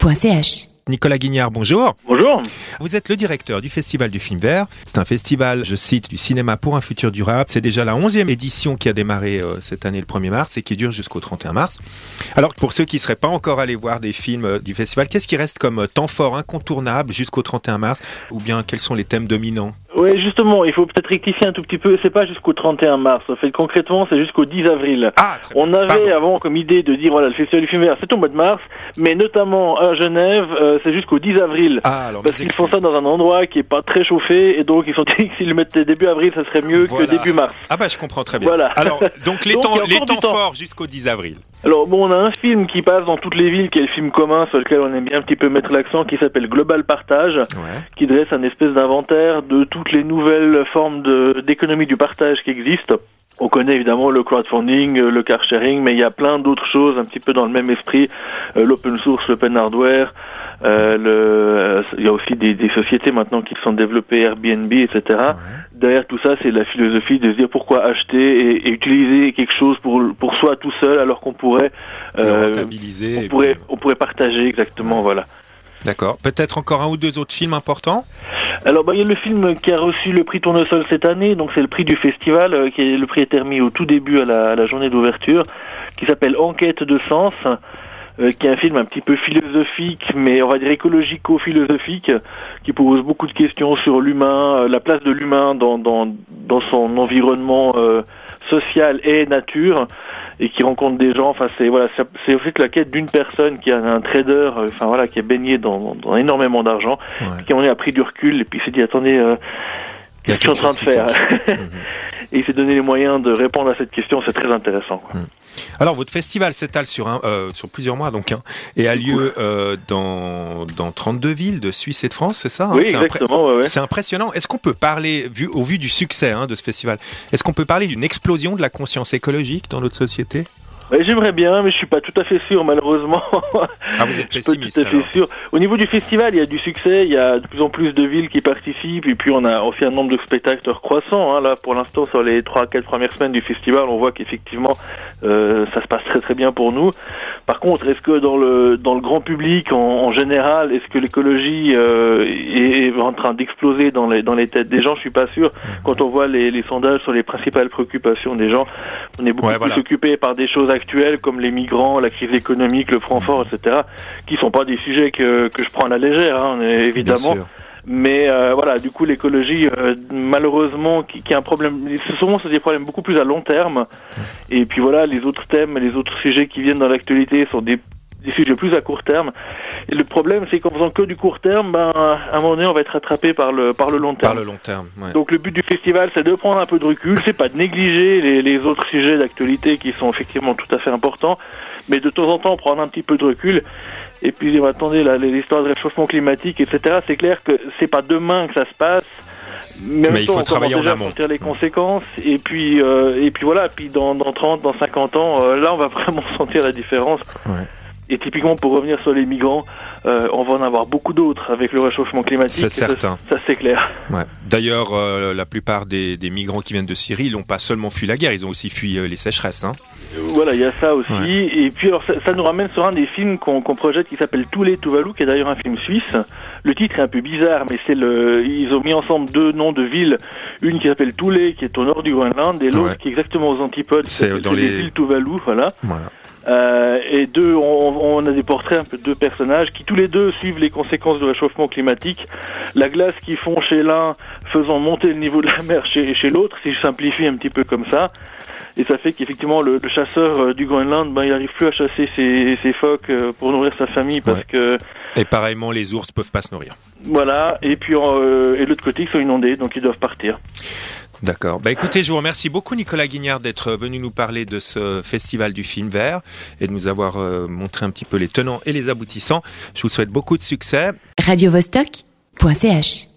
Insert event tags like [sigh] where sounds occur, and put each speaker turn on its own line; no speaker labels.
radiovostok.ch.
Nicolas Guignard, bonjour.
Bonjour.
Vous êtes le directeur du Festival du film vert. C'est un festival, je cite, du cinéma pour un futur durable. C'est déjà la 11e édition qui a démarré euh, cette année le 1er mars et qui dure jusqu'au 31 mars. Alors pour ceux qui ne seraient pas encore allés voir des films euh, du festival, qu'est-ce qui reste comme euh, temps fort incontournable jusqu'au 31 mars Ou bien quels sont les thèmes dominants
Oui, justement, il faut peut-être rectifier un tout petit peu. C'est pas jusqu'au 31 mars. En fait, concrètement, c'est jusqu'au 10 avril.
Ah, très bien.
On avait
Pardon.
avant comme idée de dire voilà, le festival du film vert, c'est au mois de mars, mais notamment à Genève, euh, c'est jusqu'au 10 avril.
Ah, alors
Parce
mes
qu'ils font ça
excuses.
dans un endroit qui est pas très chauffé, et donc ils sont [laughs] dit que s'ils le mettaient début avril, ça serait mieux
Voilà.
que début mars.
Ah bah je comprends très bien.
Voilà.
Alors donc les
Donc, il y
temps,
a
les
encore du
temps
temps.
forts jusqu'au 10 avril.
Alors bon, on a un film qui passe dans toutes les villes, qui est le film commun sur lequel on aime bien un petit peu mettre l'accent, qui s'appelle Global Partage.
Ouais.
qui dresse un espèce d'inventaire de toutes les nouvelles formes de- d'économie du partage qui existent. On connaît évidemment le crowdfunding, euh, le car sharing, mais il y a plein d'autres choses un petit peu dans le même esprit, euh, l'open source, l'open hardware. euh, le, il y a aussi des, des sociétés maintenant qui se sont développées, Airbnb, etc. Derrière tout ça, c'est la philosophie de se dire pourquoi acheter et, et utiliser quelque chose pour, pour soi tout seul, alors qu'on pourrait,
Le
euh,
rentabiliser. et
on pourrait,
puis- euh,
on pourrait partager exactement, voilà.
D'accord. Peut-être encore un ou deux autres films importants.
Alors, bah, il y a le film qui a reçu le prix Tournesol cette année, donc c'est le prix du festival, euh, qui est, le prix est remis au tout début à la, à la journée d'ouverture, qui s'appelle Enquête de sens, euh, qui est un film un petit peu philosophique, mais on va dire écologico-philosophique, qui pose beaucoup de questions sur l'humain, euh, la place de l'humain dans, dans, dans son environnement euh, social et nature, et qui rencontre des gens. Enfin, c'est voilà, c'est- c'est en fait la quête d'une personne qui est un trader, euh, enfin voilà, qui est baigné dans- dans- dans énormément d'argent
Ouais.
qui à un moment donné, a pris du recul et puis il s'est dit attendez euh,
Il y a
qu'est-ce que je suis en
quelque
train de
chose qui
faire
Mhm.
et il s'est donné les moyens de répondre à cette question c'est très intéressant quoi.
Alors, votre festival s'étale sur, un, euh, sur plusieurs mois donc, hein, et a lieu euh, dans, dans 32 villes de Suisse et de France, c'est ça hein
oui
C'est impré-
exactement ouais, ouais.
C'est impressionnant. Est-ce qu'on peut parler, vu, au vu du succès hein, de ce festival, est-ce qu'on peut parler d'une explosion de la conscience écologique dans notre société
Ouais, j'aimerais bien mais je suis pas tout à fait sûr malheureusement [laughs]
Ah, vous êtes
Je suis pas
pessimiste
tout à fait
alors.
sûr. Au niveau du festival, il y a du succès, il y a de plus en plus de villes qui participent, et puis on a aussi un nombre de spectacles croissant. hein. Là, pour l'instant, sur les trois, quatre premières semaines du festival, on voit qu'effectivement, euh, ça se passe très très bien pour nous. Par contre, est-ce que dans le dans le grand public en, en général, est-ce que l'écologie euh, est, est en train d'exploser dans les dans les têtes des gens Je suis pas sûr.
Mhm.
Quand on voit les, les sondages sur les principales préoccupations des gens, on est beaucoup
Ouais,
plus
voilà.
occupé par des choses actuelles comme les migrants, la crise économique, le franc fort, etc qui sont pas des sujets que, que je prends à la légère, hein, évidemment.
Bien sûr.
Mais euh, voilà, du coup, l'écologie, euh, malheureusement, qui, qui est un problème, ce souvent, c'est des problèmes beaucoup plus à long terme. Et puis voilà, les autres thèmes, les autres sujets qui viennent dans l'actualité sont des des sujets plus à court terme. Et le problème, c'est qu'en faisant que du court terme, ben, à un moment donné, on va être rattrapé par le, par le long
Par
terme.
le long terme. ouais.
Donc le but du festival, c'est de prendre un peu de recul, c'est pas de négliger les, les autres sujets d'actualité qui sont effectivement tout à fait importants, mais de temps en temps prendre un petit peu de recul. Et puis dire, attendez, là, les- l'histoire de réchauffement climatique, etc. C'est clair que c'est pas demain que ça se passe. Mais, en
Mais
même
il
temps,
faut
on
travailler en
commence déjà à
amont. Mm.
sentir les conséquences. Et puis, euh, et puis voilà. Puis dans, dans 30, dans 50 ans, euh, là, on va [laughs] vraiment sentir la différence.
Ouais.
Et typiquement, pour revenir sur les migrants, euh, on va en avoir beaucoup d'autres avec le réchauffement climatique.
C'est certain.
Ça, c'est clair.
Ouais. D'ailleurs, euh, la plupart des, des migrants qui viennent de Syrie, ils n'ont pas seulement fui la guerre, ils ont aussi fui euh, les sécheresses. Hein.
Voilà, il y a ça aussi.
Ouais.
Et puis alors, ça, ça nous ramène sur un des films qu'on qu'on projette qui s'appelle Tous les Tuvalu, qui est d'ailleurs un film suisse. Le titre est un peu bizarre, mais c'est le, ils ont mis ensemble deux noms de villes, une qui s'appelle Toulé, qui est au nord du Groenland, et l'autre
Ouais.
qui est exactement aux antipodes,
C'est
qui s'appelle
dans
c'est
les-
îles Tuvalu, voilà.
Voilà.
Euh, et deux, on, on a des portraits un peu de deux personnages qui tous les deux suivent les conséquences du réchauffement climatique. La glace qu'ils font chez l'un, faisant monter le niveau de la mer chez, chez l'autre, si je simplifie un petit peu comme ça. Et ça fait qu'effectivement le, le chasseur euh, du Groenland, ben, il n'arrive plus à chasser ses, ses phoques euh, pour nourrir sa famille parce
Ouais.
que
Et pareillement, les ours peuvent pas se nourrir.
voilà. Et puis euh, et de l'autre côté ils sont inondés donc ils doivent partir.
D'accord. Bah écoutez, je vous remercie beaucoup Nicolas Guignard d'être venu nous parler de ce festival du film vert et de nous avoir euh, montré un petit peu les tenants et les aboutissants. Je vous souhaite beaucoup de succès.
radiovostok.ch